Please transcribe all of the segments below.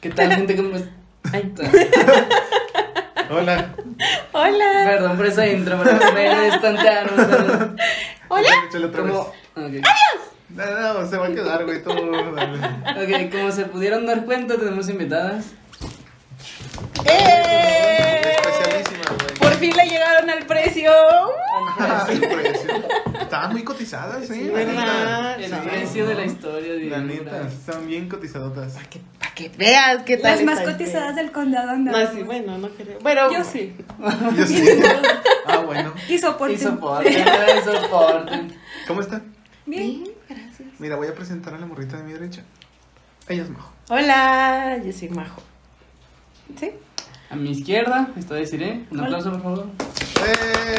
¿Qué tal, gente? ¿Cómo es? Ay, ta- Hola. Hola. Perdón por esa intro, pero me distantearon. pero- Hola. Échale otra Como, vez. ok. No, no, se va a quedar, güey, todo. dale. ok, como se pudieron dar cuenta, tenemos invitadas. ¡Eh! Especialísima, güey. Por fin le llegaron al precio. Ah, el precio. Estaban muy cotizadas, ¿eh? Sí, La neta. ¿verdad? El Sí. precio de la historia. diría. La neta, están bien cotizadotas. Para que veas qué tal. Las más está este. cotizadas del condado No, andamos. sí, bueno, no creo. Bueno, Yo sí. Yo sí. Ah, bueno. Y Y soporte. soporte, no soporte. ¿Cómo están? Bien. Bien, gracias. Mira, voy a presentar a la morrita de mi derecha. Ella es Majo. Hola, yo soy Majo. ¿Sí? A mi izquierda, está Desiree. Un aplauso, por favor. ¡Eh!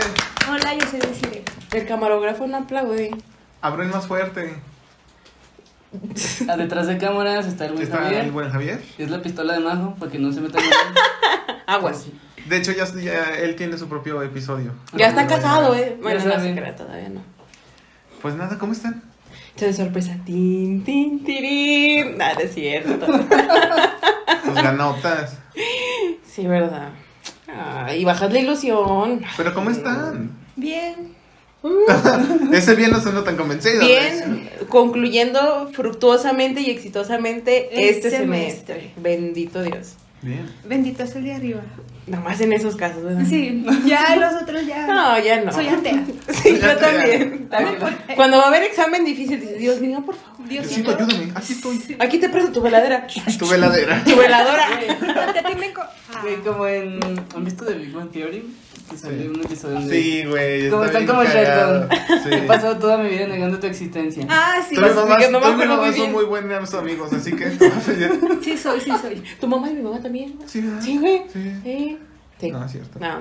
Hola, yo soy Desiree. El camarógrafo no aplaude. Abren más fuerte. Ah, Detrás de cámaras está el buen Está Javier. el buen Javier. Es la pistola de Majo, para que no se meta con él. Aguas. De hecho, ya, ya él tiene su propio episodio. Ya está casado, ¿eh? Ya Bueno, no sabe. se crea todavía, no. eh. Pues nada, ¿cómo están? Entonces, sorpresa. Tin, tin, tirín. Nada, es cierto. Sus ganotas. Sí, verdad. Ah, y bajas la ilusión. Pero ¿cómo están? Bien. Ese bien no suena tan convencido. Bien, concluyendo fructuosamente y exitosamente El este semestre. Bendito Dios. Bien. Bendito es el de arriba. Nada más en esos casos, ¿verdad? Sí. Ya los otros ya. No, ya no. Soy atea. Sí, Soy yo atea. también. Ay, Cuando va a haber examen difícil, dices, Dios mío, por favor. Dios Diosito, ayúdame. Aquí estoy. Aquí te presto tu veladera. Tu veladera. Tu veladora. Ponte tímico. Ah. Güey, como en. ¿Han visto The Big Bang Theory? Que sale Sí. Ah, un episodio donde. Sí, güey. Como está están bien como cagado. Sí. He pasado toda mi vida negando tu existencia. Ah, sí. Tú y mi mamá, que no me tú y mi acuerdo mamá muy son bien. muy buenos amigos, así que. sí, Sí, soy, sí, soy. Tu mamá y mi mamá también. ¿no? ¿verdad? Sí, güey. Sí. Sí. Sí. No, es cierto. No,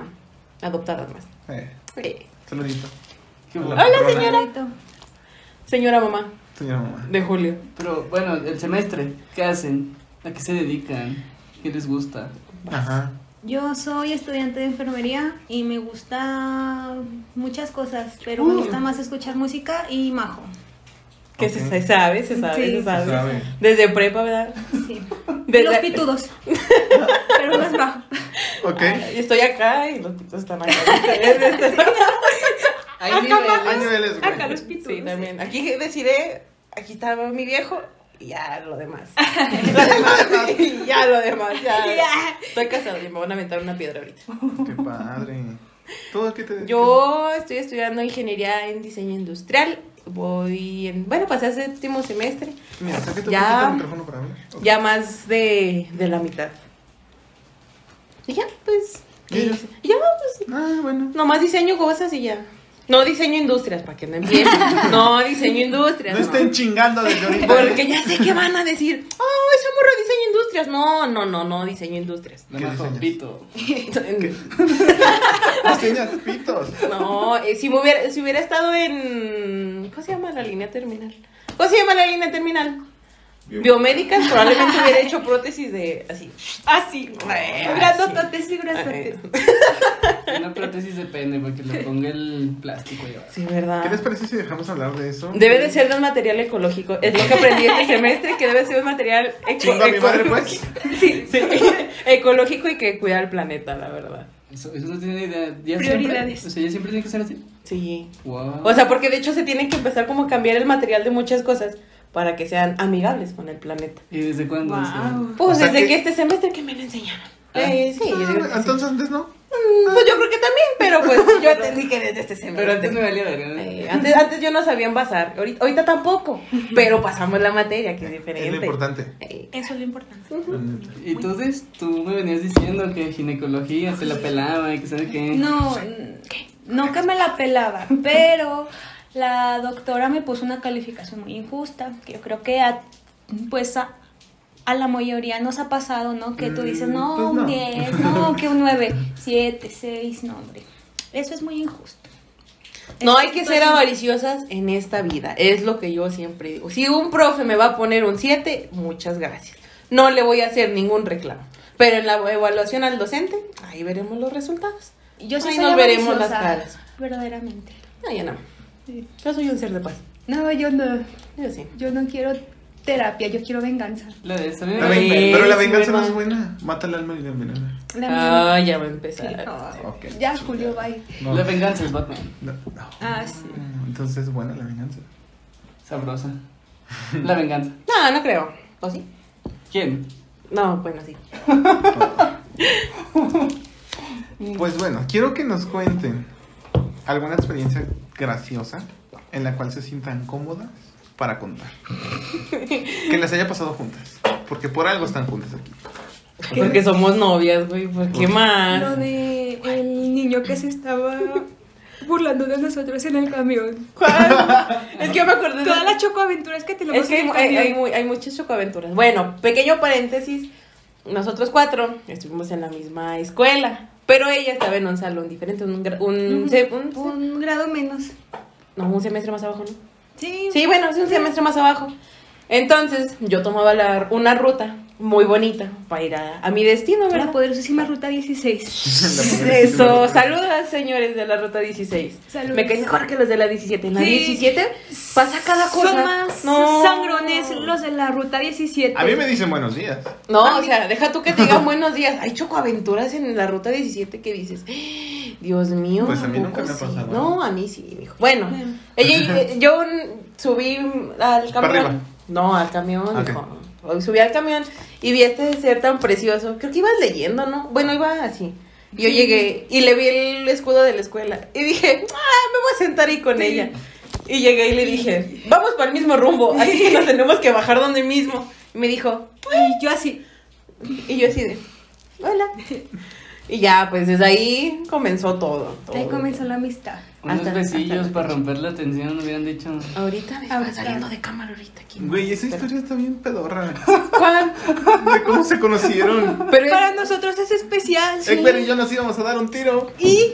adoptadas más. Eh, Sí. saludito. Qué Hola. bueno. Hola, Perdona. señora. Señora mamá Señora mamá. de Julio. Pero bueno, el semestre, ¿qué hacen? ¿A qué se dedican? ¿Qué les gusta? Ajá. Yo soy estudiante de enfermería y me gusta muchas cosas, pero Uh. me gusta más escuchar música y majo. Que Ok. se sabe, se sabe, Sí, se se sabe. sabe. Desde prepa, ¿verdad? Sí. Desde- Los pitudos. pero más bajo. Ok. Ay, estoy acá Ah, y los pitos están acá. este Ustedes, Hay Hay niveles, güey. acá los pitos. Sí, también. Aquí deciré, aquí está mi viejo y ya lo demás. lo demás y ya lo demás. Ya. Ya. Estoy casado y me van a aventar una piedra ahorita. Qué padre. ¿Tú a qué te dedicas? Yo estoy estudiando ingeniería en diseño industrial. Voy en, bueno, pasé a séptimo semestre, Mira, sáquete un Ya. poquito el micrófono para hablar. Ok. ya más de, de la mitad. Y ya, pues. Y ya. y ya, pues Ah, bueno. Nomás diseño cosas y ya. No diseño industrias, para que no empiecen. No diseño industrias. No No estén chingando desde ahorita. Porque ya sé que van a decir, oh, esa morra diseño industrias. No, no, no, no diseño industrias. No ¿Qué Majo, diseñas? pito. No tengas pitos. No, eh, si, me hubiera, si hubiera estado en... ¿Cómo se llama la línea terminal? ¿Cómo se llama la línea terminal? Biomédicas, probablemente hubiera hecho prótesis de así. Así. Así. Grandototes y grasotes. Ah, eh. Una prótesis de pene para que le ponga el plástico. ahí abajo. Sí, ¿verdad? ¿Qué les parece si dejamos hablar de eso? Debe de ser de un material ecológico. Es lo que aprendí este semestre, que debe ser un material eco- Chinga mi madre, pues. Sí, sí. ecológico y que cuida el planeta, la verdad. Eso, eso no tiene idea. Ya Prioridades. Siempre, o sea, ya siempre tiene que ser así. Sí. Wow. O sea, porque de hecho se tiene que empezar como a cambiar el material de muchas cosas para que sean amigables con el planeta. ¿Y desde cuándo? O sea, Wow. Pues O sea desde que... que este semestre que me lo enseñaron. Ah. Eh, sí, Ah, yo digo que sí. Entonces antes no. Mm, Pues yo creo que también, pero pues yo entendí que desde este semestre. Pero antes me valía verga. Eh, antes, antes yo no sabía envasar, ahorita, ahorita tampoco, pero pasamos la materia, que es diferente. Es lo importante. Eh, Eso es lo importante. Y entonces tú me venías diciendo que ginecología se la pelaba y que sabe qué. No, no que me la pelaba, pero la doctora me puso una calificación muy injusta, que yo creo que a, pues a, a la mayoría nos ha pasado, ¿no? Que tú dices, Mm, no, pues no. un 10, no, que un 9, 7, 6, no, hombre. Eso es muy injusto. No hay que ser Entonces- avariciosas en esta vida, es lo que yo siempre digo. Si un profe me va a poner un 7, muchas gracias. No le voy a hacer ningún reclamo. Pero en la evaluación al docente, ahí veremos los resultados. Yo sí Ahí soy nos veremos las avariciosa, caras. Verdaderamente. No, yo no. Yo soy un ser de paz. No, yo no. Yo sí. Yo no quiero terapia, yo quiero venganza. La de esa. La Sí, ven- pero la sí, venganza no ¿verdad? es buena. Mata el alma y la envenena. La Ah, ya Ah, va a Sí, empezar. ay, Ok. Ya, Julio, bye. No. La venganza es Batman. No, no. Ah, sí. Entonces es buena la venganza. Sabrosa. La venganza. No, no creo. ¿O sí? ¿Quién? No, bueno, sí. Mm. Pues bueno, quiero que nos cuenten alguna experiencia graciosa en la cual se sientan cómodas para contar. que les haya pasado juntas. Porque por algo están juntas aquí. Porque somos novias, güey. ¿Por qué Lo más? de el niño que se estaba burlando de nosotros en el camión. ¿Cuál? Es que yo me acordé Todas de... las chocoaventuras que tenemos Es que hay, en el hay- camión. hay mu- hay muchas chocoaventuras. Bueno, pequeño paréntesis. Nosotros cuatro estuvimos en la misma escuela. Pero ella estaba en un salón diferente, un, gra- un, Ujú. se- un- un grado menos. no, un semestre más abajo, ¿no? Sí. Sí, bueno, sí, un semestre más abajo. Entonces, yo tomaba la- una ruta muy bonita para ir a, a mi destino, La ¿verdad? poderosísima ruta 16. Eso, saludos señores de la ruta 16. Saludos. Me cae mejor que los de la 17. En la Sí. 17 pasa cada cosa. Son más No. sangrones los de la ruta 17. A mí me dicen buenos días. No, o sea, deja tú que te digan buenos días. Hay chocoaventuras en la ruta 17 que dices, "Ah, Dios mío. Pues a mí ¿poco nunca me ha sí?". pasado. No, a mí sí, mijo. Bueno, ella, eh, yo mm, subí al Para arriba. camión. No, al camión, Ok. dijo. Hoy subí al camión y vi a este ser tan precioso. Creo que ibas leyendo, ¿no? Bueno, iba así. Y Yo llegué y le vi el escudo de la escuela y dije, ah, me voy a sentar ahí con ella. Y llegué y le dije, vamos para el mismo rumbo, así que nos tenemos que bajar donde mismo. Y me dijo, Y yo así. y yo así de, hola. Y ya, pues desde ahí comenzó todo. todo. Oh. Ahí comenzó la amistad. Unos Hasta- besillos hasta- para romper la tensión, hubieran dicho. Ahorita me Ah, va está. saliendo de cámara ahorita. aquí. Güey, esa historia está bien pedorra. ¿Cuál? De cómo se conocieron. Pero es- Para nosotros es especial. sí. Ekber y yo nos íbamos a dar un tiro. Y,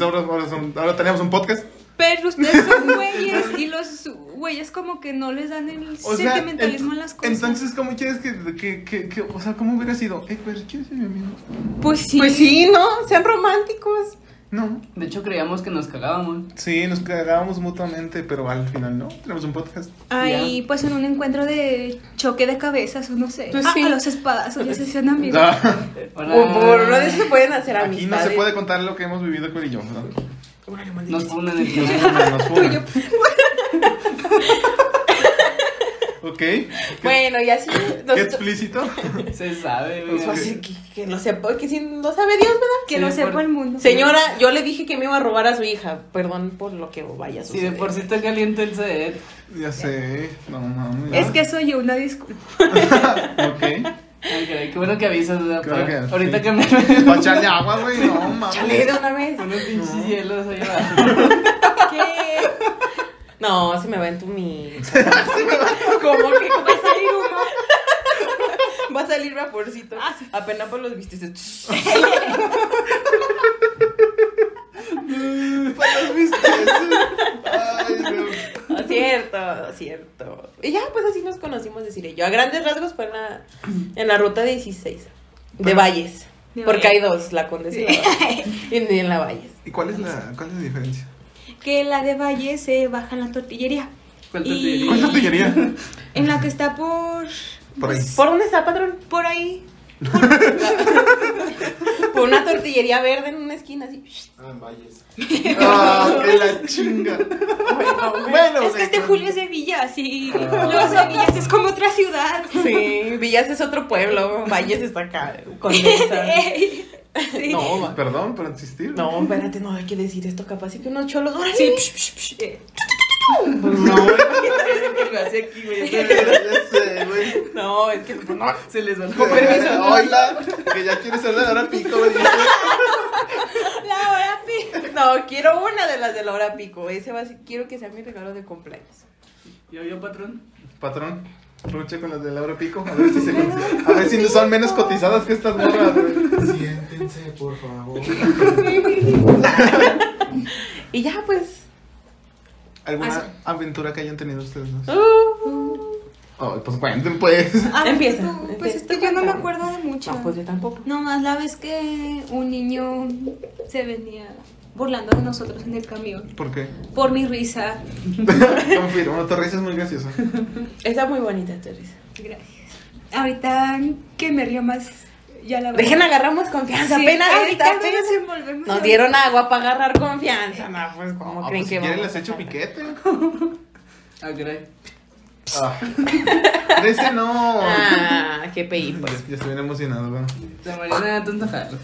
Ahora, ahora son- ahora tenemos un podcast. pero ustedes son güeyes y los güeyes como que no les dan el O sea, sentimentalismo ent- a las cosas. Entonces, ¿cómo quieres que, que, que, que- o sea, cómo hubiera sido? Ekber, ¿quieres ser mi amigo? pues sí. Pues sí, ¿no? Sean románticos. No. De hecho, creíamos que nos cagábamos. Sí, nos cagábamos mutuamente, pero al final no. Tenemos un podcast. Ahí, pues en un encuentro de choque de cabezas, o no sé. Pues Ah, sí. a los espadazos, ya se hacían amigos. Ahora- O por uno de esos se pueden hacer Ah, Aquí no amistades. se puede contar lo que hemos vivido Ekber y yo. ¿no? Órale, maldito. Nos ponen el Nos fuman, nos fuman. ok. ¿Qué, Bueno, y así. qué nos- explícito? Se sabe, Pues, güey. así que, que lo sepa, que si no sabe Dios, ¿verdad? Que Sí, lo de sepa acuerdo. el mundo. Señora, yo le dije que me iba a robar a su hija. Perdón por lo que vaya a Si suceder. de por sí está caliente el set. Ya sé. No mames. Es que soy yo, una disculpa. Ok. Ay, caray, qué bueno que avisas, ¿verdad? Claro que sí. Ahorita que me veo Pa' echarle agua, güey. No Chale, mames. de una vez. unos pinches hielos ahí abajo. ¿Qué? No, se me va en tu mi. ¿Cómo que va a salir uno? Va a salir vaporcito. Ah, sí. Apenas por los vistes. Para los bisteces. Ay, no. Cierto, cierto. Y ya, pues así nos conocimos, deciré yo. A grandes rasgos fue en la, en la ruta 16 de Pero- Valles. De Porque hay Valles. dos, la Condesa y la Sí. Valles. Y en la Valles. ¿Y cuál es la, cuál es la diferencia? Que la de Valle se baja en la tortillería. ¿Cuál te Y- diría? ¿Cuál es la artillería? En la que está por. Por ahí. ¿Por dónde está, patrón? Por ahí. Por una tortillería verde en una esquina así. Ah, en Valles. Ah, que la chinga. Bueno, es que este güey. Julio es de Villas y Ah. los de Villas es como otra ciudad. Sí, Villas es otro pueblo, Valles está acá. Condesa. Ey. Sí. No, va. Perdón por insistir. No, espérate, no hay que decir esto, capaz y que unos cholos. ¡Órale! Sí, psh, psh, psh, eh. No, Lo hace aquí, güey. Ya sé, güey. no, es que no. Se les va a Pues Con comer. permiso. Hola, que ya quieres ser de la hora pico, güey. La hora pi- No, quiero una de las de la hora pico. Ese va a ser- quiero que sea mi regalo de cumpleaños. Yo, yo, patrón. Patrón, ruche con las de la hora pico. A ver si se consigue. A ver si son menos cotizadas que estas morras, güey. Siéntense, por favor. Y ya, pues. Ah, sí. ¿Alguna aventura que hayan tenido ustedes dos? uh, Oh, pues cuenten, pues. Ah, Empieza, tú, Pues empieza, es que tú yo no me cuéntame. pues acuerdo de mucho. no, pues yo tampoco. Nomás la vez que un niño se venía burlando de nosotros en el camión. ¿Por qué? Por mi risa. Confirmo, tu risa es muy graciosa. Está muy bonita, Teresa. Gracias. Ahorita que me río más, ya la Dejen agarramos confianza. Sí, apenas ahorita ahorita, apenas apenas. envolvemos Nos la- dieron agua para agarrar confianza. No, pues, ¿cómo Ah, creen pues, si que quieren vamos les a echo sacar? piquete. Ah, caray. Ah. De ese no. Ah, qué Ya, pedí, pues. ya estoy bien emocionado, ¿verdad? La Mariana, tonta ah, jalo.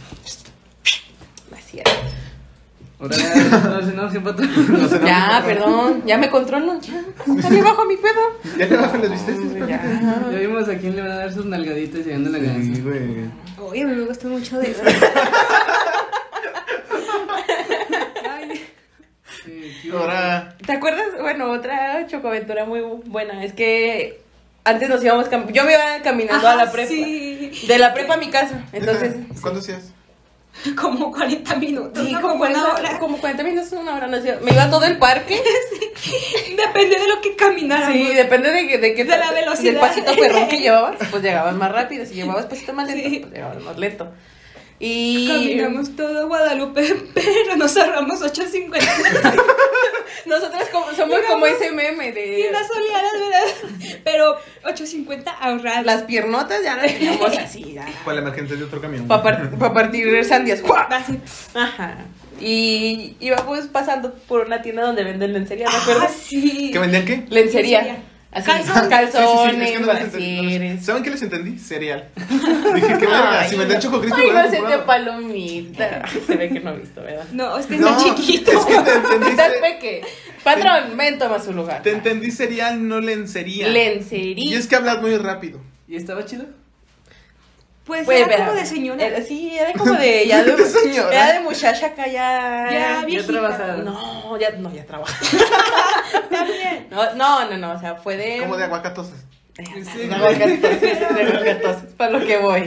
No es cierto. Ahora no sé, no, siempre atrás. No sé, no, Ya, no. perdón. Ya me controlo. Ya, dale bajo mi pedo. ¿Ya le bajan las visteces? Hombre, ya. Ya vimos a quién le van a dar sus nalgaditas llegando a la Sí, ganancia. güey. Oye, me gustó mucho de eso. Ay, Sí, ¿qué hubo? Ahora. ¿Te acuerdas? Bueno, otra chocoaventura muy buena. Es que antes nos íbamos cam- Yo me iba caminando a la ajá, prepa. Sí, De la prepa a mi casa. Entonces. ¿Cuándo hacías? como 40 minutos. Sí, ¿no? como, una 40, hora. como 40 minutos, una hora. no sé. Me iba a todo el parque. Depende de lo que camináramos. Sí, depende de, que- de qué De la tanto- velocidad. Del pasito perrón que llevabas, pues llegabas más rápido. Si llevabas pasito más lento, Sí. pues llegabas más lento. Y. Caminamos todo Guadalupe, pero nos ahorramos 8.50 Nosotros como- somos como ese meme y de. unas soleadas, ¿verdad? Pero 8.50 ahorradas. Las piernotas ya las teníamos así, ya. Para la emergencia de otro camión. Para partir sandías. ¡Guau! Así. Ajá. Y íbamos pasando por una tienda donde venden lencería, ¿me Ah, acuerdas? Así. ¿Qué vendían qué? Lencería. Lencería. Así, Calzones. Sí, sí, sí, es calzones, que no les entendí, no les- brasieres. ¿Saben qué les entendí? Cereal. Dije, qué verga, Ay, si me dan choco crispo. Ay, hubiera no se te comprado. palomita. Se ve que no ha visto, ¿verdad? No, es que No, está chiquito. Es que te entendí. Estás ce- peque. Patrón, ven, toma su lugar. Te entendí cereal, no lencería. Y Lencería. es que hablas muy rápido. ¿Y estaba chido? Pues, Pues, era como ¿verdad? de señora. Era- sí, era como de ya de, De señora. Era de muchacha acá ya. Ah, Ya Ya viejita. trabajaba. No, ya no, ya trabaja. También. No, no, no, Eh, no, o sea, fue de Como de aguacatosas. Sí, De aguacatosis, de aguacatosis, para lo que voy.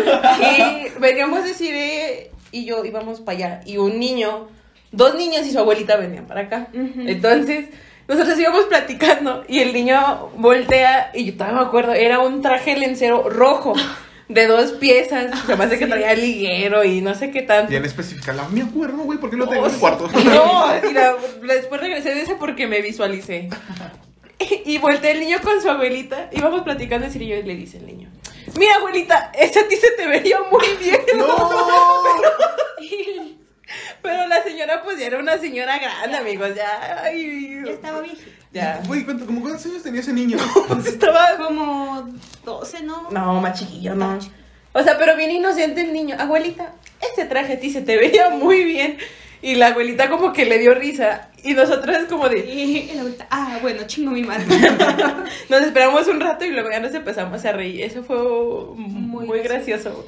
Y veníamos de Cire y yo íbamos para allá. Y un niño, dos niños y su abuelita venían para acá. Ujú. Entonces, nosotros íbamos platicando y el niño voltea. Y yo todavía me acuerdo, era un traje lencero rojo de dos piezas. Se me hace que traía liguero y no sé qué tanto. Y en especificar, la me acuerdo, güey, porque no tengo Oh, en el cuarto. sí. No, mira, después regresé de ese porque me visualicé. Y volteé el niño con su abuelita. Íbamos platicando y yo y le dice el niño: Mira, abuelita, ese a ti se te vería muy bien. ¡No! Pero la señora, pues ya era una señora grande, amigos. Ya, ay, Ya estaba viejita. ya. Güey, ¿cuánto- como cuántos años tenía ese niño? Pues estaba. Como 12, ¿no? No, más chiquillo, no. O sea, pero bien inocente el niño. Abuelita, este traje a ti se te vería muy bien. Y la abuelita, como que le dio risa. Y nosotros, como de. Y el adulto, ah, bueno, chingo mi madre. Nos esperamos un rato y luego ya nos empezamos a reír. Eso fue muy, Muy gracioso.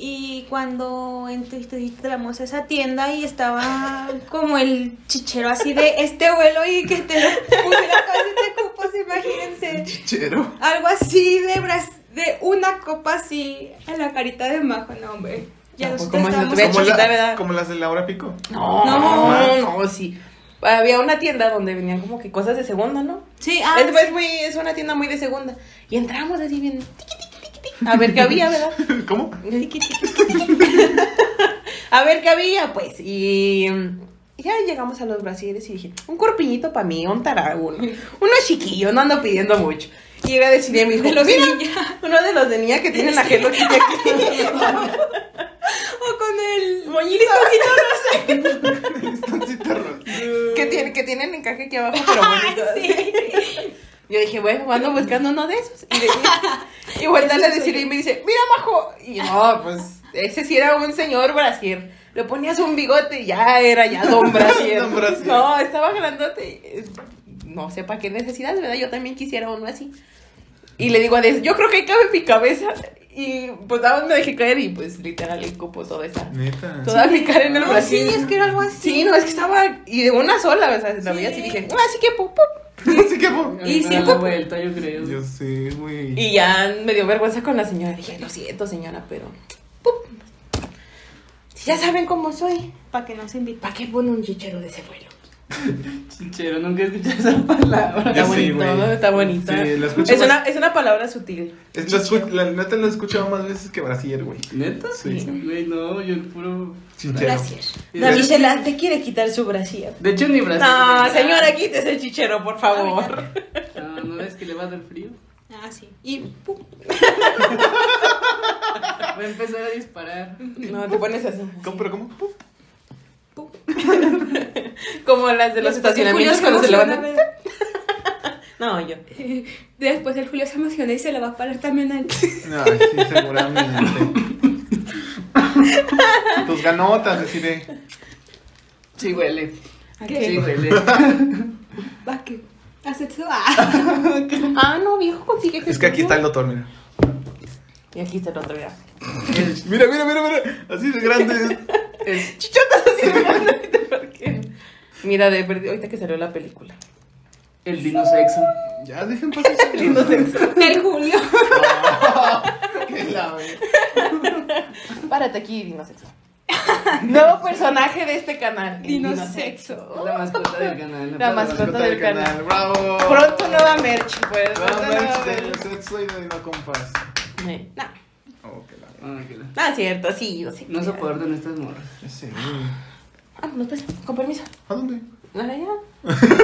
Y cuando entramos a esa tienda y estaba como el chichero así de este vuelo y que te lo pusiera casi te copas, imagínense. Chichero. Algo así de bras- de una copa así en la carita de majo, no, hombre. Ya No, pues, nosotros ¿cómo es? No te estábamos Vea, Como, chiquita, la- ¿verdad? como las de Laura Pico. No, no, no, sí. Había una tienda donde venían como que cosas de segunda, ¿no? Sí, ah, es, es muy- es una tienda muy de segunda. Y entramos así bien. tiqui, tiqui, tiqui, tiqui, A ver qué había, ¿verdad? ¿Cómo? Tiqui, tiqui, tiqui, tiqui. a ver qué había, pues. Y. mm, Ya llegamos a los brasiles y dije, un corpiñito para mí, un taraguno, uno chiquillo, no ando pidiendo mucho. Y llega a decirle a mi hijo, De los "Mira, de niña. uno de los de niña que tienen la Hello Kitty aquí. o con el Moñito. Listoncito rosa. que, tiene, que tienen encaje aquí abajo, pero bonito. sí. Yo dije, bueno, ando buscando uno de esos. Y, le- y vuelta a decir y me dice, mira, majo. Y no, pues ese sí era un señor brasier. Le ponías un bigote y ya era ya don brasier. Don brasier. No, estaba grandote. eh, No sé para qué necesidad, ¿verdad? Yo también quisiera uno así. Y le digo a Des, yo creo que ahí cabe mi cabeza. Y pues nada más me dejé caer y pues literal le cupo toda esa. Neta. Toda mi cara en el No, Ah, sí, brasier. es que era algo así. Sí, no, es que estaba. Y de una sola, o sea, se la veía así y dije, ah, sí que pop, pop. Así que, po- Y sí, la pues- vuelta, yo creo. Yo sé, güey. Y ya me dio vergüenza con la señora. Dije, lo siento, señora, pero. ¡pup! Si ya saben cómo soy, Para que no se invite. ¿para qué pone un chichero de ese vuelo? Chichero, nunca he escuchado esa palabra. Ya Está sí, bonito, güey. está bonito. Sí, lo escucho es, más- una, es una palabra sutil. Es- lo escu- la neta lo he escuchado más veces que Brasier, güey. ¿Neta? Sí. Güey, no, yo puro. Chichero. Gracias. La Pero- Michela te quiere quitar su brasier. De hecho, ni Brasil. No, señora, quítese el chichero, por favor. No, no ves que le va a dar frío. Ah, sí. Y pum. Va a empezar a disparar. No, te pones así. ¿Cómo, pero cómo? Pup. Como las de los Después el estacionamientos Julio cuando se se emociona, levantan. No, yo. Eh, Después el Julio se emociona y se la va a parar también al. Ay, sí, seguramente. Tus ganotas, deciré. Sí, huele. ¿Qué? Sí, huele. Va que. Hace eso. Ah. Ah, no, viejo, consigue Es que aquí está el doctor, mira. Y aquí está el otro, mira. Mira, mira, mira, mira. Así de grande. Es- Chichotas así de grande, ¿por qué? Mira, de perdido, ahorita que salió la película. el dinosexo. Ya, dejen pasar. ese Lindo sexo. El Julio. Qué la ve- Párate aquí, dinosexo. Nuevo personaje de este canal. el Es Dinosexo. la mascota del canal. La aplausos. mascota. Mascota del canal. Bravo. Pronto nueva merch, pues. Bravo, Pronto nueva Max, del merch. sexo y de no compas. Sí. No, Oh, qué la ve- Ah, que la- no es cierto, sí, yo sí. No soportan estas morras. Sí. Ah, no, pues, con permiso. ¿A dónde? No, no, ya.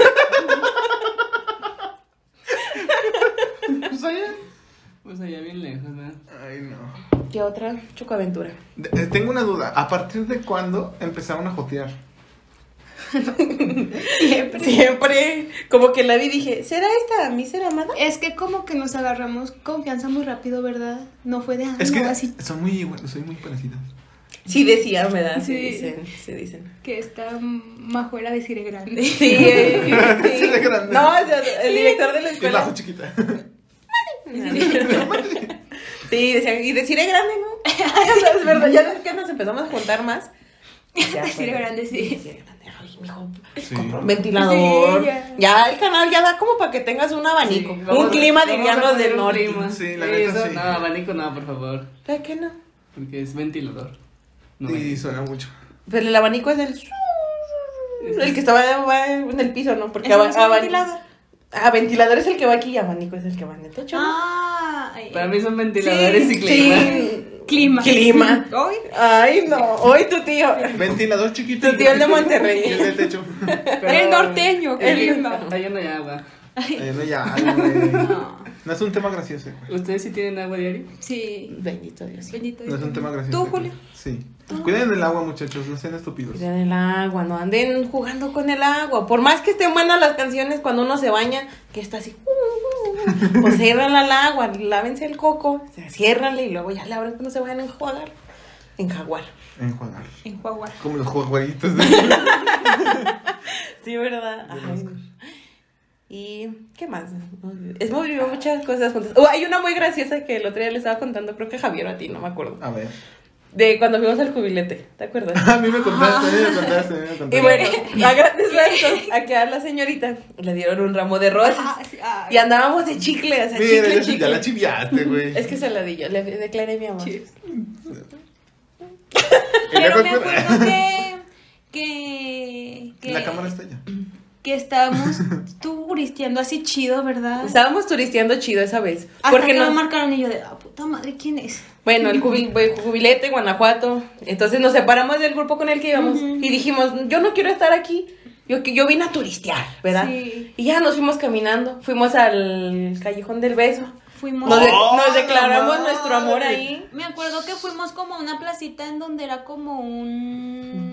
Pues allá. Pues allá bien lejos, ¿verdad? Ay, no. ¿Qué otra? Chocoaventura. De- eh, Tengo una duda. ¿A partir de cuándo empezaron a jotear? Siempre. Siempre. Como que la vi y dije, ¿será esta mi ser amada? Es que como que nos agarramos confianza muy rápido, ¿verdad? No fue de ah, Es no, que así son muy igual, soy muy parecidas. Sí decían, ¿verdad? Sí, Sí. dicen, sí dicen. que esta majuela de Cire Grande. Sí, eh, sí. Sí, de grande. No, o sea, el director de la Y la escuela. hago chiquita. Sí, decían, y decir es grande, ¿no? No, es verdad, ya ves que nos empezamos a juntar más. De Cire Grande, sí. Decir es grande, ay, mijo, Sí. compra un ventilador. Sí, ya. ya. el canal ya da como para que tengas un abanico, Sí, un vamos- clima vamos a diríamos poner del un norte. clima. Sí, la neta, eso- sí. No, abanico no, por favor. ¿Por qué no? Porque es ventilador. No, Y ventilador. suena mucho. Pero Pues el abanico es el el que estaba va en el piso, ¿no? Porque Ese aba- no es un aban- ventilador. Ah, ventilador es el que va aquí y abanico es el que va en el techo. ¿no? Ah, ay, Para mí son ventiladores y clima. Sí. clima. Clima. Hoy. Ay, no. Hoy tu tío. Ventilador chiquito. Tu tío el Y el de de Monterrey. techo. Pero- El norteño, El clima. Está lleno de agua. Ay, Eh, no, ya, güey. No es un tema gracioso. güey. ¿Ustedes sí tienen agua diaria? Sí. Bendito Dios. Bendito No es un Dios. tema gracioso. pues. ¿Tú, güey. Julio? Sí. Cuiden el agua, muchachos. No sean estúpidos. Cuiden el agua, no anden jugando con el agua. Por más que estén buenas las canciones cuando uno se baña, que está así. Pues ciérrala al agua, lávense el coco, o sea, ciérrale y luego ya le abren cuando se vayan a enjuagar. Enjaguar. Enjuagar. En Juagua. Como los jueguitos de. Sí, ¿verdad? De Ay, Oscar. no. ¿Y qué más? Es muy vivo muchas cosas juntas. Oh, hay una muy graciosa que el otro día le estaba contando, creo que a Javier o a ti, no me acuerdo. A ver. De cuando fuimos al cubilete, ¿te acuerdas? A mí me contaste, a mí me contaste, a mí me contaste. Y bueno, a grandes rasgos, aquí a la señorita le dieron un ramo de rosas. Ah, sí, ah, Y andábamos de chicle, o sea, Mira, ya, chicle, ya la chicle. chiviaste, güey. Es que se la di yo, le declaré mi amor. Cheers. Y luego Pero me el cu- acuerdo que. Que. que La cámara está allá. Que estábamos turisteando así chido, ¿verdad? Estábamos turisteando chido esa vez. Hasta porque que no. me marcaron y yo de, ah, puta madre, ¿quién es? Bueno, el cubil- bu- cubilete, Guanajuato. Entonces nos separamos del grupo con el que íbamos Ujú. y dijimos, yo no quiero estar aquí. Yo, que- yo vine a turistear, ¿verdad? Sí. Y ya nos fuimos caminando. Fuimos al Callejón del Beso. Fuimos. Nos, de- ¡Oh, nos la declaramos madre! nuestro amor ahí. Me acuerdo que fuimos como a una placita en donde era como un.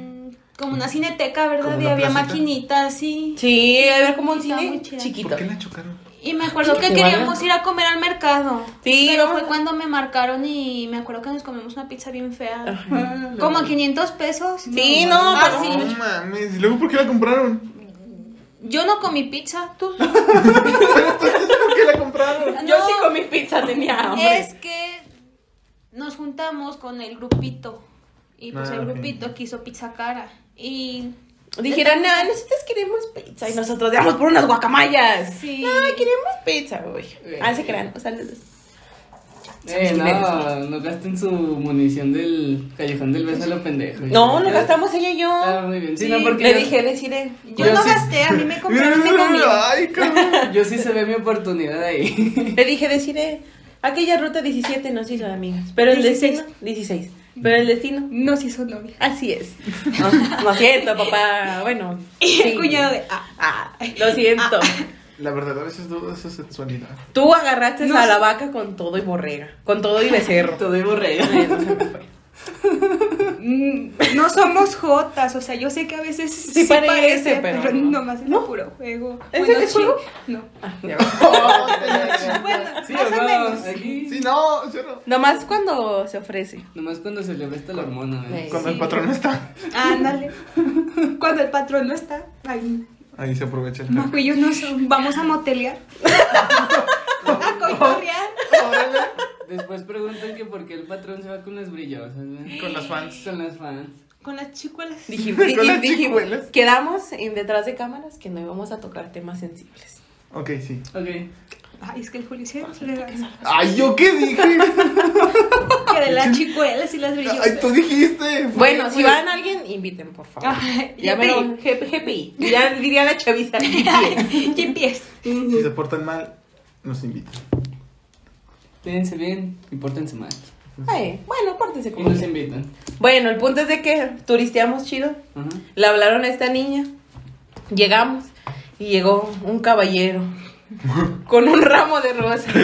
Como una cineteca, Como ¿verdad? Y una había placita. maquinitas así. Sí, era como un Estaba cine muy chida. chiquito. ¿Por qué la chocaron? Y me acuerdo que Te queríamos van a- ir a comer al mercado. Sí, Pero vamos fue a- cuando me marcaron y me acuerdo que nos comimos una pizza bien fea. Ajá. Ah, Como a 500 pesos. Sí, no, Ah, pero- sí. No mames. ¿Y luego por qué la compraron? Yo no comí pizza, tú. ¿Por qué la compraron? Yo No, sí comí pizza, tenía hambre. Es que nos juntamos con el grupito. Y pues Ah, el ok. grupito quiso pizza cara. Y. Dijeron, no, nosotros queremos pizza. Y nosotros damos por unas guacamayas. Sí. No, queremos pizza, güey. Ah, se crean, saludos. Eh, no, Imbéciles. no gasten su munición del callejón del beso a lo pendejo. No, no gastamos ella y yo. Ah, muy bien. Sí, Sí, no, porque Le yo- dije, decide. Yo Yo no sí. gasté, a mí me compraron de comida. Ay, cabrón. Yo sí se ve mi oportunidad ahí. Le dije, decide. Aquella ruta 17 nos hizo amigas. Pero el 16. destino. 16. Pero el destino. No, si son novia. Así es. No, lo siento, papá. Bueno. Y el sí. cuñado de. Ah, Ah, lo siento. La verdad, a veces dudo de su sexualidad. Tú agarraste No a sé. la vaca con todo y borrega. Con todo y becerro. Todo es borrego. mm, no somos jotas, o sea, yo sé que a veces sí, parece, parece, pero pero, no. nomás es puro juego. ¿Es Bueno, el sí, juego? No. Ah, ya va. Oh, Bueno, Sí, más o no, menos. aquí. Sí, no, yo no. Nomás cuando se ofrece. Nomás cuando se le presta la hormona. ¿eh? Sí. Cuando el patrón no está, Ándale. Cuando el patrón no está, ahí. ahí se aprovecha el Majo y yo nos vamos a motelear. a coitorrear. Después preguntan que por qué el patrón se va con las brillosas. ¿eh? Con las fans. Con las fans. Con las chicuelas. Dijimos, Con las dijimos- chicuelas. quedamos en detrás de cámaras que no íbamos a tocar temas sensibles. Ok, sí. Ok. Ay, es que el Julio se le da. Ay, ¿yo qué dije? Que de las chicuelas y las Ay, tú brillosas. dijiste. Fue- Bueno, si fue- van a alguien, inviten, por favor. Ah, Ay, ya me lo- G- GPI. Ya diría la chaviza. GPI. Y empieza. Si se portan mal, nos invitan. Cuídense bien y pórtense mal. Ay, bueno, pórtense Y como nos quieran. invitan. Bueno, el punto es de que turisteamos chido. Ajá. Le hablaron a esta niña. Llegamos y llegó un caballero con un ramo de rosas.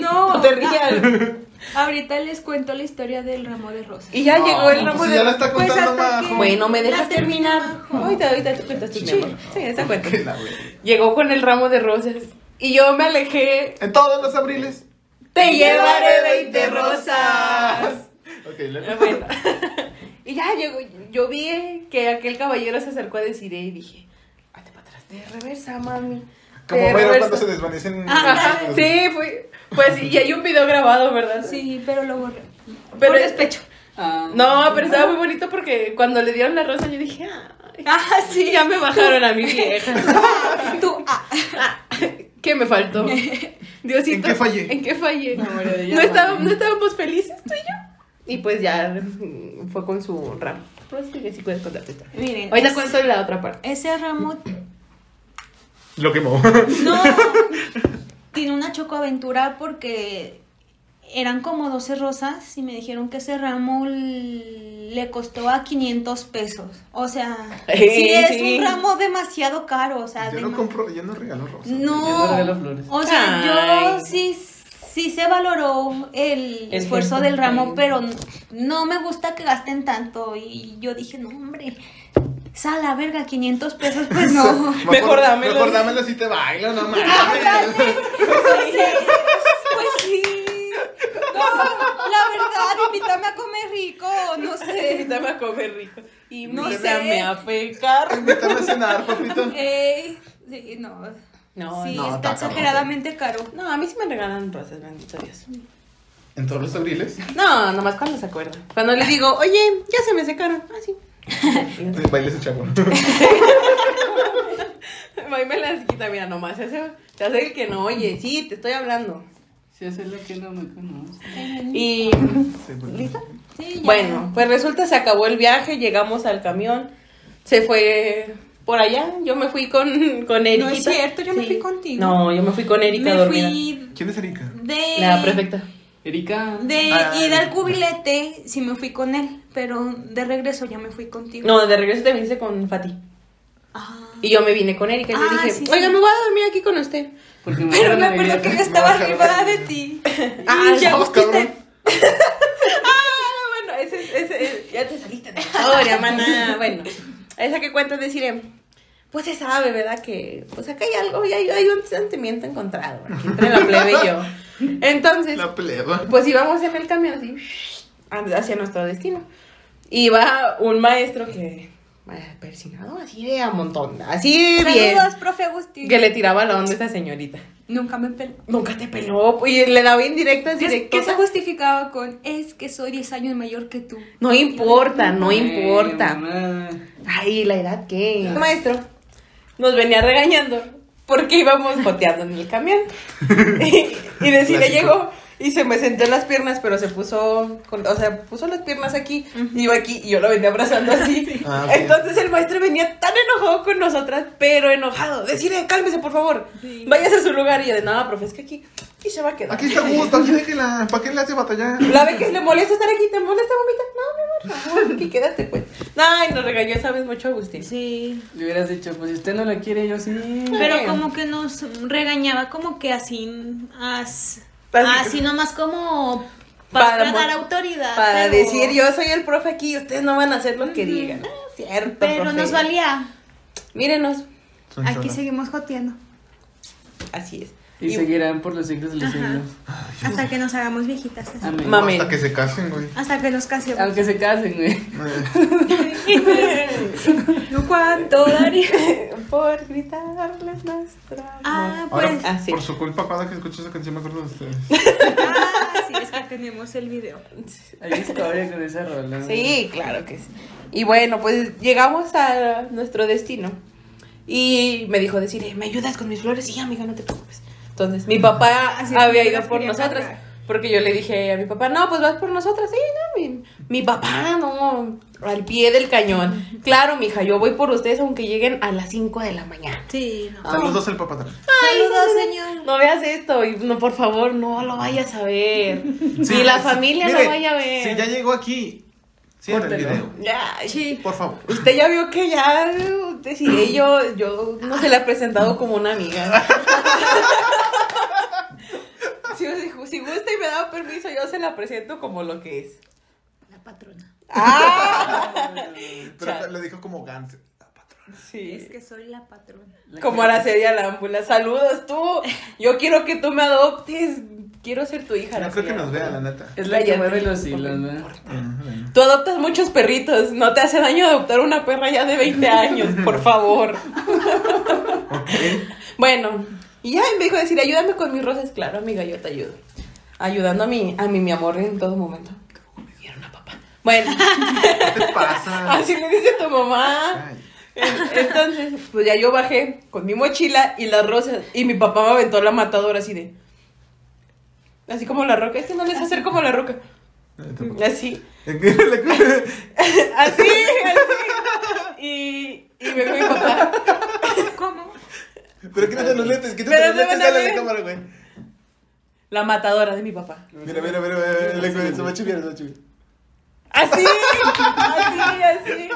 No. Ah, No te rías. Ahorita les cuento la historia del ramo de rosas. Y ya No, llegó el ramo pues de ya la está Pues contando hasta más. que- Bueno, me dejas La termina, terminar. Juan. Ahorita, ahorita tú cuentas tu Sí, mi amor. bueno. Sí, esa cuenta. Que la güey. Llegó con el ramo de rosas y yo me alejé. En todos los abriles. Te llevaré 20 rosas. Ok, luego. Bueno. y ya llegó. Yo vi que aquel caballero se acercó a decir y dije, hazte para atrás, de reversa, mami. Como de bueno, reversa". cuando se desvanecen. Ajá, los- Ah, Sí, fui- pues y hay un video grabado, ¿verdad? Sí, pero lo borré. Pero- Por despecho. Ah. No, pero estaba muy bonito porque cuando le dieron la rosa yo dije, ay, Ah, sí, ya me bajaron a mi vieja. Tú, ah. ¿Qué me faltó? Diosito. ¿En qué fallé? ¿En qué fallé? No, Hombre, ya estábamos, vale. no estábamos felices tú y yo. Y pues ya mm, fue con su ramo. Pues sí, sí puedes contar tu historia. Miren. Ahorita es- cuento la otra parte. Ese ramo Lo quemó. No. Tiene una chocoaventura porque eran como 12 rosas y me dijeron que ese ramo l- le costó a 500 pesos. O sea, Ey, sí es sí. un ramo demasiado caro, o sea, Yo no dema- compro, yo no regalo rosas. Yo no no. regalo flores. O sea, Ay. yo sí sí se valoró el, El esfuerzo gesto. del Ay. ramo, pero n- no me gusta que gasten tanto y yo dije, "No, hombre, sal a la verga 500 pesos, pues no." Mejor, Mejor dámelo. Mejor dámelo si te bailo, no mames. Ándale, pues sí, pues sí. No, la verdad, invítame a comer rico, no sé. Invítame a comer rico. Y No invítame sé. a pecar. Invítame a cenar, papito. Ey, sí, no. No, sí, no. no, está está exageradamente caro. No, a mí sí me regalan rosas, bendito Dios. En todos los abriles. No, nomás cuando se acuerda. Cuando le digo, oye, ya se me secaron. Ah, sí. Bailes ese chavo. Ahí me las quita, mira, nomás se hace, se hace el que no oye. Sí, te estoy hablando. Si es lo que no me conoce. Y. Sí, bueno. ¿Lista? Sí, ya. Bueno, pues resulta se acabó el viaje, llegamos al camión, se fue por allá, yo me fui con, con Erika. No es cierto, yo me fui contigo. No, yo me fui con Erika me dormida. fui ¿Quién es Erika? de La prefecta. Erika. de Ah. ir al cubilete, sí me fui con él, pero de regreso ya me fui contigo. No, de regreso te viniste con Fati. Ah. Y yo me vine con Erika y yo Ah, dije, sí, sí. oiga, me voy a dormir aquí con usted. Porque Pero van me a acuerdo regañar. que yo estaba No, arriba no. de ti. Ah, ya no, busqué- cabrón. Ah, bueno, ese, ese, ese- ya te saliste de la historia, maná. Bueno, esa que cuentas deciré, pues se sabe, ¿verdad? Que pues acá hay algo, hay, hay un sentimiento encontrado aquí entre la plebe y yo. Entonces, La pleba. pues íbamos en el camión así, hacia nuestro destino. Iba un maestro que, eh, persinado, así de a montón, así bien. Saludos, profe Agustín. Que le tiraba la onda a esta señorita. Nunca me peló. Nunca te peló. Y le daba indirectas ¿Qué, directas. se justificaba con es que soy 10 años mayor que tú? No importa, no Eh, importa. mamá. Ay, la edad que. Maestro, nos venía regañando porque íbamos joteando en el camión. y, y decide Clásico. llegó y y se me sentó en las piernas, pero se puso, con- o sea, puso las piernas aquí, y iba aquí y yo la venía abrazando así. Ah, ok. Entonces el maestro venía tan enojado con nosotras, pero enojado. Decirle, cálmese, por favor. Váyase a su lugar. Y yo de nada, profe, es que aquí, aquí se va a quedar. Aquí está gusto, aquí déjela. ¿Para qué le hace batallar? La vez que le molesta estar aquí, te molesta vomitar. No, mi amor, por favor, aquí quédate pues. Ay, nos regañó esa vez mucho Agustín. Sí. Le hubieras dicho, pues si usted no la quiere, yo sí. Pero como que nos regañaba como que así, as- Así. así, nomás como Para para, mo- dar autoridad. Para pero- decir, yo soy el profe aquí, ustedes no van a hacer lo que digan. Ah, Cierto, Pero profe. nos valía. Mírenos, Son Aquí cholas. seguimos joteando así es. Y seguirán por los siglos de los Ajá. siglos. hasta que nos hagamos viejitas. así. Amén. Mam- Amén. Hasta que se casen, güey. Hasta que nos casemos. Aunque se casen, güey. Eh, ¿Cuánto daría por gritarles nuestra? Ah, Ahora, pues. Ah, sí. por su culpa, cada que escucho esa canción me acuerdo de ustedes. Ah, sí, es que tenemos el video. Hay historia con esa rola. güey. Sí, claro que sí. Y bueno, pues llegamos a nuestro destino. Y me dijo decir, "Eh, ¿me ayudas con mis flores? Sí, amiga, no te preocupes. Entonces, mi papá Así es, había yo ido las por quería nosotras. comprar. Porque yo le dije a mi papá, no, pues vas por nosotras. Sí, no, mi, mi papá, no, al pie del cañón. Claro, mija, yo voy por ustedes aunque lleguen a las 5 de la mañana. Sí, Ah. no. Saludos al papá también. Saludos, señor. No veas esto, y no, por favor, no lo vayas a ver. Ni la familia Mire, lo vaya a ver. Si ya llegó aquí, cierra el Córtelo. video. Ya, Sí. Por favor. Usted ya vio que ya eh, decidí yo, yo no se la he presentado como una amiga. si, si gusta y me da permiso, yo se la presento como lo que es. La patrona. Pero Chale. lo dijo como Gans. Es Sí. que soy la patrona. La Como que- ahora sería la ámbula. Saludos tú. Yo quiero que tú me adoptes. Quiero ser tu hija. No creo Araceli que nos Arámbula. vea, la neta. Es la que Cállate. mueve los hilos, ¿verdad? Ah, bueno. Tú adoptas muchos perritos. No te hace daño adoptar una perra ya de 20 años, por favor. Bueno, y ya me dijo decir, ayúdame con mis rosas. Claro, amiga, yo te ayudo. Ayudando a mi, a mi, mi amor en todo momento. Como me vieron a papá. Bueno, ¿Qué te pasa? así le dice tu mamá. Ay. Entonces, pues ya yo bajé con mi mochila y las rosas. Y mi papá me aventó la matadora así de. Así como la roca. Este no les hacer como la roca. Así. Así, así. Y, y me dijo mi papá. ¿Cómo? Pero quítate los lentes, Pero quítate los no lentes, van a dale a la ver. cámara, güey. La matadora de mi papá. Mira, mira, mira, mira, mira, mira, se va a chupiar, se va a chupiar. Así, así, así.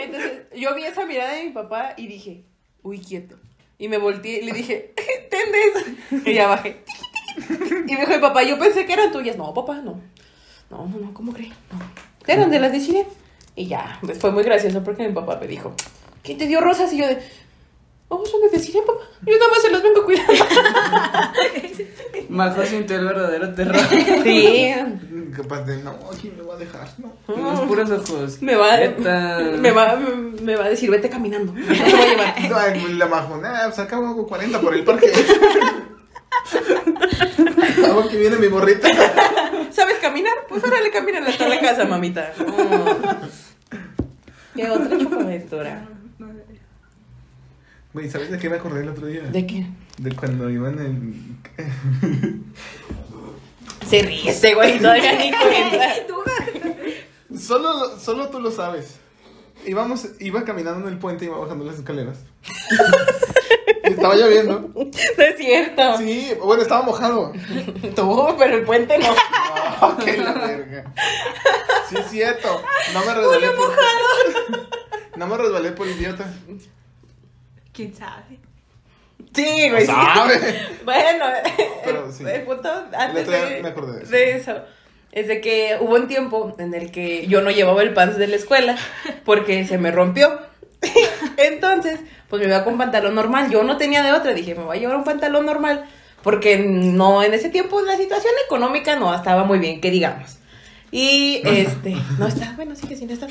Entonces, yo vi esa mirada de mi papá y dije, uy, quieto. Y me volteé y le dije, ¿entendés? Y ya bajé. Y me dijo mi papá, yo pensé que eran tuyas. No, papá, no. No, no, no, ¿cómo crees? No. Eran de las de Chile. Y ya, pues, fue muy gracioso porque mi papá me dijo, ¿quién te dio rosas? Y yo de, no, son de Chile, papá. Yo nada más se los vengo a cuidar. Majo sintió el verdadero terror. Sí. Capaz de, no, aquí me va a dejar, no. Con los puros ojos. Me va, Neta. me va, me va a decir, vete caminando. No te voy a llevar. No, ay, la majona, pues acá hago 40 por el parque. Hago que viene mi morrita. ¿Sabes caminar? Pues órale, camina hasta la casa, mamita. ¿Qué otra Ah, chocoaventura? Güey, ¿sabes de qué me acordé el otro día? ¿De qué? De cuando iban en. Se ríe este güey, todavía ni cuenta. Solo, lo- solo tú lo sabes. Íbamos, iba caminando en el puente y iba bajando las escaleras. Y estaba lloviendo. No es cierto. Sí, bueno, estaba mojado. Tú, pero el puente no. Ah, qué la verga. Sí, es cierto. No me resbalé. por... No me resbalé por idiota. ¿Quién sabe? Sí, güey. sí. Ah, ¿Sabe? Bueno, Pero el, sí. el punto El antes otro día de, me acordé de eso. de eso es de que hubo un tiempo en el que yo no llevaba el pants de la escuela porque se me rompió. Entonces, pues me iba con pantalón normal. Yo no tenía de otra. Dije, me voy a llevar un pantalón normal porque no, en ese tiempo la situación económica no estaba muy bien, que digamos. Y este, no está, bueno, sí que sí, no está.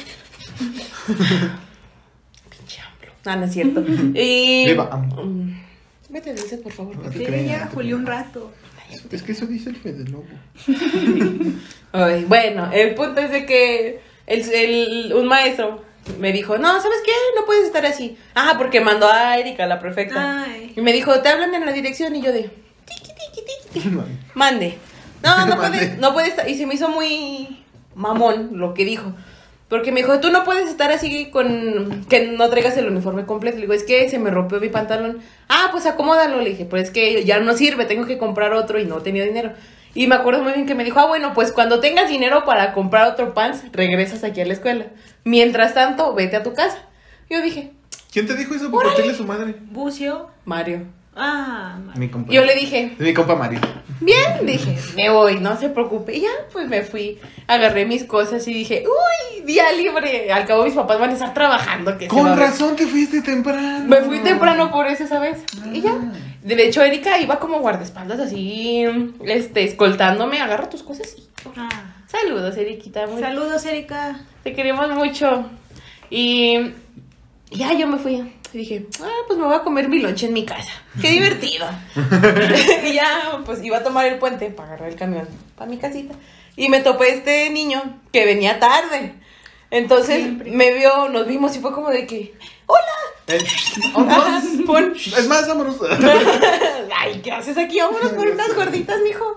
Pinche AMLO. No, Ah, no es cierto. Y. Viva AMLO. Mm, Vete, dices, por favor. No te Que creas, llega no te Julio un creas. rato. Es que eso dice el Fede Lobo. Ay, bueno, el punto es de que el, el- un maestro me dijo, no, ¿sabes qué? No puedes estar así. Ah, porque mandó a Erika, la prefecta. Ay. Y me dijo, te hablan en la dirección y yo de, tiqui, tiqui, tiqui, tiqui. Mande. No, no Mandé. puede, no puede estar. Y se me hizo muy mamón lo que dijo. Porque me dijo, tú no puedes estar así con que no traigas el uniforme completo. Le digo, es que se me rompió mi pantalón. Ah, pues acomódalo. Le dije, pero es que ya no sirve, tengo que comprar otro y no tenía dinero. Y me acuerdo muy bien que me dijo, ah, bueno, pues cuando tengas dinero para comprar otro pants, regresas aquí a la escuela. Mientras tanto, vete a tu casa. Yo dije, ¿Quién te dijo eso? Por partirle su madre. Bucio. Mario. Ah, Mi compa. Yo le dije, Mi compa Mario. Bien, dije, me voy, no se preocupe. Y ya, pues me fui, agarré mis cosas y dije, uy, día libre. Al cabo mis papás van a estar trabajando. Que se va a Con ver. razón te fuiste temprano. Me fui temprano por eso, ¿sabes? Y ya. Ah. De hecho, Erika iba como guardaespaldas así, este, escoltándome, agarra tus cosas. y- ah. Saludos, Eriquita. muy- Saludos, Erika. Te queremos mucho. Y ya yo me fui. Y dije, ah, pues me voy a comer mi lonche en mi casa. Qué divertido. y ya, pues iba a tomar el puente para agarrar el camión para mi casita. Y me topé este niño que venía tarde. Entonces Siempre. me vio, nos vimos y fue como de que, "Ah, Eh, vámonos. pon. Es más, vámonos. Ay, ¿qué haces aquí? Vámonos por unas gorditas, mijo.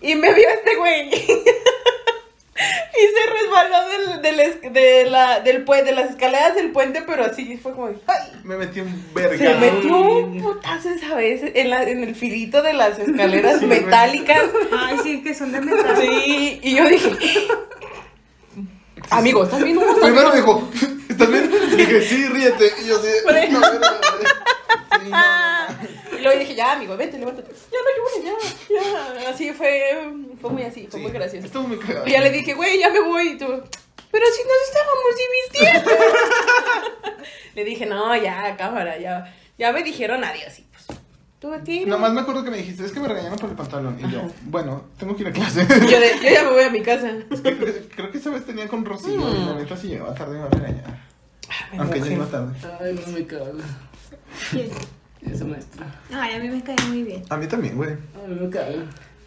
Y me vio este güey. y se resbaló del, del, es- de, la, del, pue- de las escaleras del puente, pero así fue como. ¡Ay! Me metí un Se verga. metió un putazo esa vez en, la- en el filito de las escaleras metálicas. Ay, sí, que son de metal. Sí, y yo dije. Amigo, ¿estás viendo un monstruo?" Primero me dijo, ¿estás bien? Dije, sí, ríete. Y yo así, Bueno. no, verga, verga. Sí, Ah, no. Y luego dije, ya, amigo, vente, levántate. Ya no llores, ya, ya. Así fue, fue muy así, fue muy Sí, gracioso. Estuvo muy cagado. Y ya le dije, güey, ya me voy. Y tú, pero si nos estábamos divirtiendo. le dije, no, ya, cámara, ya. Ya me dijeron adiós. Y pues, tú a ti. Nomás me acuerdo que me dijiste, es que me regañaron por el pantalón. Y yo, Ajá. bueno, tengo que ir a clase. Yo, de- yo ya me voy a mi casa. Es que creo, que- creo que esa vez tenía con Rocío. Y la neta, si llegaba tarde, me iba a regañar. Ah, me Aunque ya enojé. iba tarde. Ay, no me cago. Esa maestra. Ay, a mí me cae muy bien. A mí también, güey. Ay, no me cago.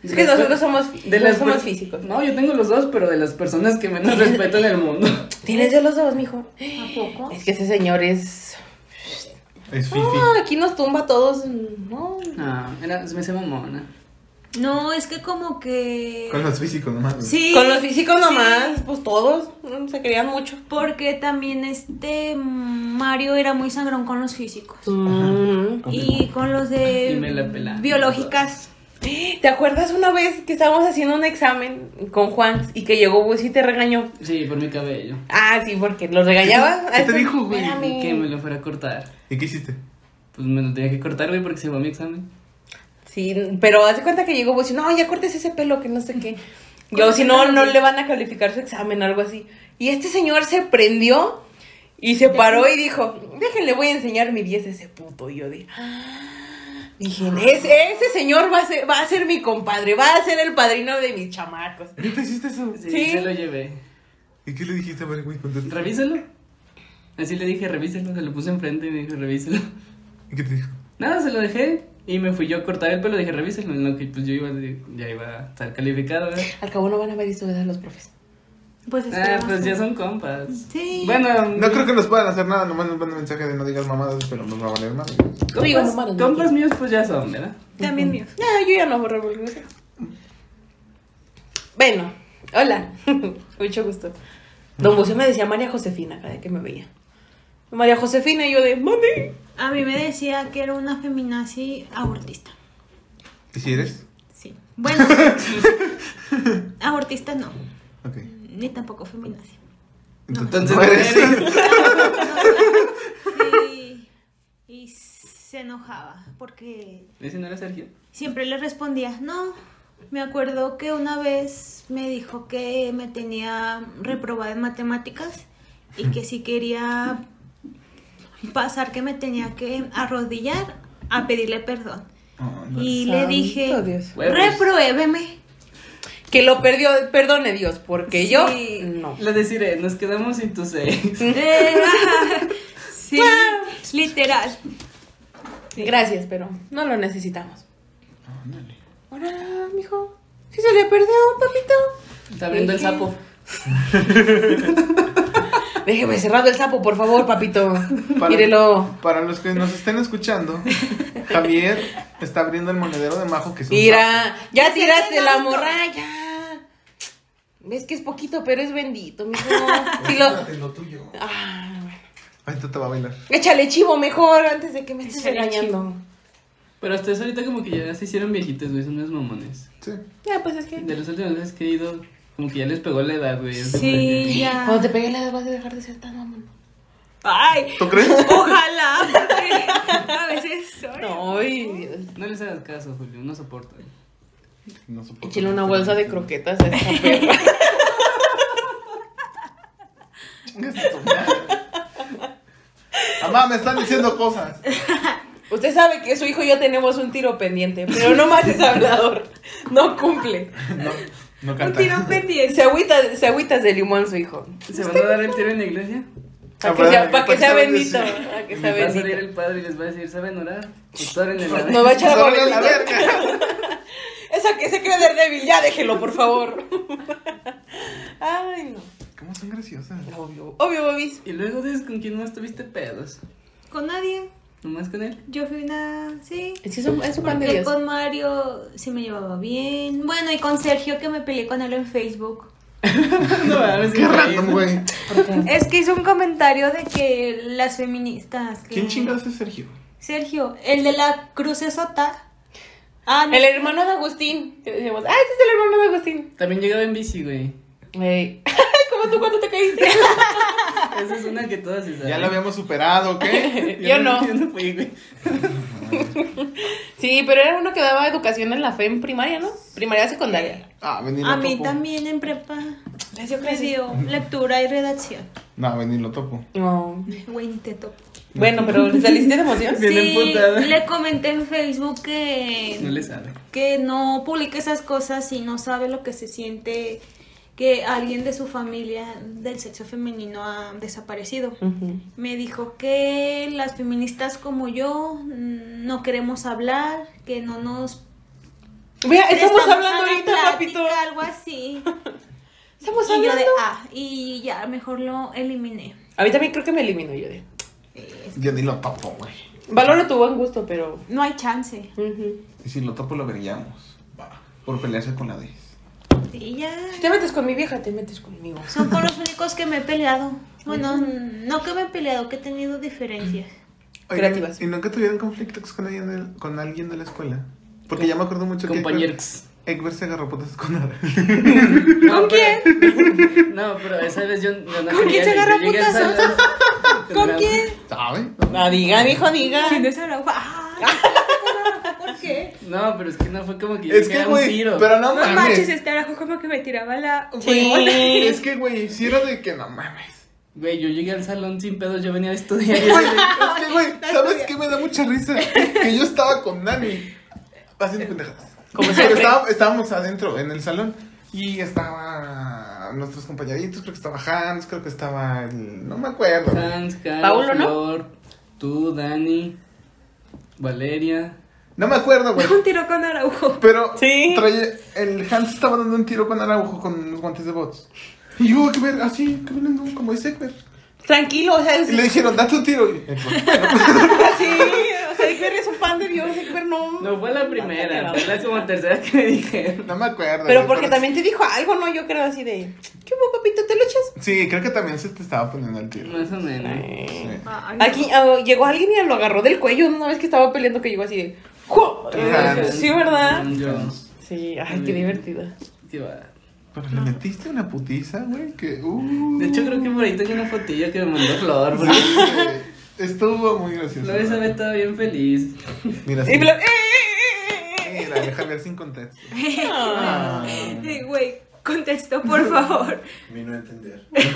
Es que nosotros somos, fi- de las somos per- físicos. No, yo tengo los dos, pero de las personas que menos respeto en el mundo. Tienes ya los dos, mijo. ¿A poco? Es que ese señor es. Es fifi. No, aquí nos tumba a todos. No. No, era, se me hace mamona. No, es que como que. Con los físicos nomás. güey. Sí. Con los físicos sí, nomás, pues todos mm, se querían mucho. Porque también este mm, Mario era muy sangrón con los físicos. Mm. Y con los de Y me la pelaron. Eh, biológicas. ¿Te acuerdas una vez que estábamos haciendo un examen con Juan y que llegó Bus y te regañó? Sí, por mi cabello. Ah, sí, porque lo regañaba. ¿Qué te- qué te Ah, dijo, güey? espérame. Que me lo fuera a cortar. ¿Y qué hiciste? Pues me lo tenía que cortar, güey, porque se fue mi examen. Sí, pero hace cuenta que llegó Bus y no, ya cortes ese pelo, que no sé qué. Yo, si no, no le van a calificar su examen, algo así. Y este señor se prendió y se paró y dijo, déjenle, voy a enseñar mi 10 a ese puto. Y yo dije, "Ah". dije, ese, ese señor va a, ser, va a ser mi compadre, va a ser el padrino de mis chamacos. ¿Qué te hiciste eso? Sí, Sí. se lo llevé. ¿Y qué le dijiste a ver, güey? contesta? Revísalo. Así le dije, revísalo. Se lo puse enfrente y me dijo, revísalo. ¿Y qué te dijo? Nada, se lo dejé. Y me fui yo a cortar el pelo, dije, revísalo. En lo que pues yo iba, de- ya iba a estar calificado, ¿verdad? Al cabo no van a ver esto, ¿verdad? Los profes. Pues Ah, esperemos. pues ya son compas. Sí. Bueno, No creo que nos puedan hacer nada, nomás nos mandan mensaje de no digas mamadas, pero nos va a valer más. Tú digas compas, mamadas, ¿no? compas míos pues ya son, ¿verdad? También míos. No, yo ya no borro volver. Bueno, hola. Mucho gusto. Don Bucio me decía María Josefina cada que me veía. María Josefina y yo de mami. A mí me decía que era una feminazi abortista. ¿Y si eres? Sí. Bueno, abortista no. Ok. Ni tampoco feminazi. Entonces, no eres. Y, y se enojaba porque Ese no era Sergio. siempre le respondía, no. Me acuerdo que una vez me dijo que me tenía reprobada en matemáticas y que si quería pasar que me tenía que arrodillar a pedirle perdón. Oh, no. Y le Santo dije, Dios. repruébeme. Que lo perdió, perdone Dios, porque yo Sí. no. Les deciré, nos quedamos sin tus seis. Eh, ajá. sí, Ah, literal. Gracias, pero no lo necesitamos. Hola, mijo. ¿Sí se le perdió, papito? Está abriendo el Dije- sapo. Déjeme cerrado el sapo, por favor, papito. Para- Mírelo. Para los que nos estén escuchando, Javier está abriendo el monedero de Majo que es un sapo. Mira, ya Sí, tiraste sí, la no. morralla. Ves que es poquito, pero es bendito, mijo. Si lo... Espérate en lo tuyo. Ah, bueno. Ahorita te va a bailar. Échale chivo mejor antes de que me estés Échale engañando. Pero hasta eso ahorita como que ya se hicieron viejitos, güey, son unos mamones. Sí. Ya, pues es que. De las últimas veces que he ido, como que ya les pegó la edad, güey. eso fue Sí, ya. Cuando te pegue la edad vas a dejar de ser tan mamón. Ay, ¿Tú crees? ojalá, porque a veces soy. Ay, Dios. que- No les hagas caso, Julio, no soporta. No soporto. Échale una bolsa de croquetas a esta perra. Chingas a tu madre. Mamá, Ah, me están diciendo cosas. Usted sabe que su hijo y yo tenemos un tiro pendiente, pero no más es hablador. No cumple. No, no Un canta. tiro pendiente. Se agüita, se agüitas de limón su hijo. ¿Se van a dar el tiro en la iglesia? Ah, Para que Para sea, para que sea bendito. bendito. Para que sea va a salir bendito. el padre y les va a decir, ¿saben orar? Oren en la Nos va a echar Solo la bolita. verga. Esa que se cree de débil, ya déjelo, por favor. Ay, no. ¿Cómo son graciosas? Obvio, obvio, Bobis. Y luego dices con quién más tuviste pedos. Con nadie. Nomás con él. Yo fui una. Sí. Es que es un, es un pan de Porque Dios. con Mario sí me llevaba bien. Bueno, y con Sergio que me peleé con él en Facebook. no mames, Qué random, güey. Es que hizo un comentario de que las feministas. que- ¿Quién chingados es Sergio? Sergio, el de la cruz esota. Ah, no. El hermano de Agustín. Que decíamos, ah, este es el hermano de Agustín. También llegaba en bici, güey. Ey. ¿Cómo tú cuando te caíste? Esa es una que todas se saben. Ya lo habíamos superado, ¿ok? Yo no. Yo no fui, güey. Sí, pero era uno que daba educación en la fe en primaria, ¿no? Primaria secundaria. Ah, venir lo A mí topo. también en prepa Les dio me dio lectura y redacción. No, venir lo topo. No. Güey, te topo. Bueno, pero saliste de emoción. Bien Sí, emputada. le comenté en Facebook No le que, sabe. que no publique esas cosas si no sabe lo que se siente que alguien de su familia del sexo femenino ha desaparecido. Ujú. Me dijo que las feministas como yo mm, no queremos hablar, que no nos... Vea, estamos prestamos hablando a la ahorita, plática, papito. Algo así. Estamos y yo hablando. de, ah, y ya, mejor lo eliminé. A mí también creo que me elimino yo de. Eh, Yo ni lo topo, güey. Valoro tu buen gusto, pero. no hay chance. Ujú. Y si lo topo, lo brillamos. Va. Por pelearse con la de. Y ya... Si te metes con mi vieja, te metes conmigo. Son con los únicos que me he peleado. Bueno, no que me he peleado, que he tenido diferencias. Creativas. ¿Y nunca tuvieron conflictos con alguien de, con alguien de la escuela? Porque ya me acuerdo mucho que Compañeros. Egbert- Egbert se agarró putas con Ara. ¿Con quién? No, pero esa vez yo, yo no ¿Con quién se agarra putas? putazos? ¿Con quién? ¿Sabe? No, diga, mijo, diga. ¿Quién es Araujo? Ay, ¿Por qué? No, pero es que no fue como que yo Es me que, un güey, tiro. pero no No manches, mames. este Araujo como que me tiraba la... Sí. Es que, güey, si era de que no mames. Güey, yo llegué al salón sin pedos, yo venía a estudiar. Güey, es que, güey, Está ¿sabes estudiando. qué me da mucha risa? Que yo estaba con Dani haciendo pendejadas. Como Pero siempre. estaba- estábamos adentro, en el salón. Y estaba nuestros compañeritos, creo que estaba Hans, creo que estaba el- No me acuerdo. Ah. Hans, Carlos, Paulo, ¿no? Flor, tú, Dani, Valeria. No me acuerdo, güey. Un tiro con Araujo. Pero Sí. traía- el Hans estaba dando un tiro con Araujo con unos guantes de bots. Y yo, que ver, así, que viendo como dice Ekber. Tranquilo, o sea, es Y le dijeron, date un tiro. Y, así. O sea, Iker es un pan de Dios, Iker no. Ah, No fue la primera, fue la como tercera que me dijeron. no me acuerdo. Pero güey, porque también te dijo algo, ¿no? Yo creo así de. ¿Qué hubo, papito? ¿Te lo echas? Sí, creo que también se te estaba poniendo el tiro. Más o menos. Sí. Ay, no. Aquí ah, llegó alguien y lo agarró del cuello una vez que estaba peleando que llegó así de. ¡jo! Ajá. Sí, ¿verdad? Yo. Sí, ay, qué divertido. sí, va. Pero le metiste una putiza, güey, que... Uh, De hecho, creo que por ahí tengo una fotilla que me mandó Flor. porque Sí, güey. Estuvo muy gracioso. Flor esa vez estaba bien feliz. Mira, sí. Y Flor, ¡eh, Mira, eh, eh, eh, eh! déjame sin contexto. Ah. Ah. Sí, güey, contestó, por favor. Vino a entender.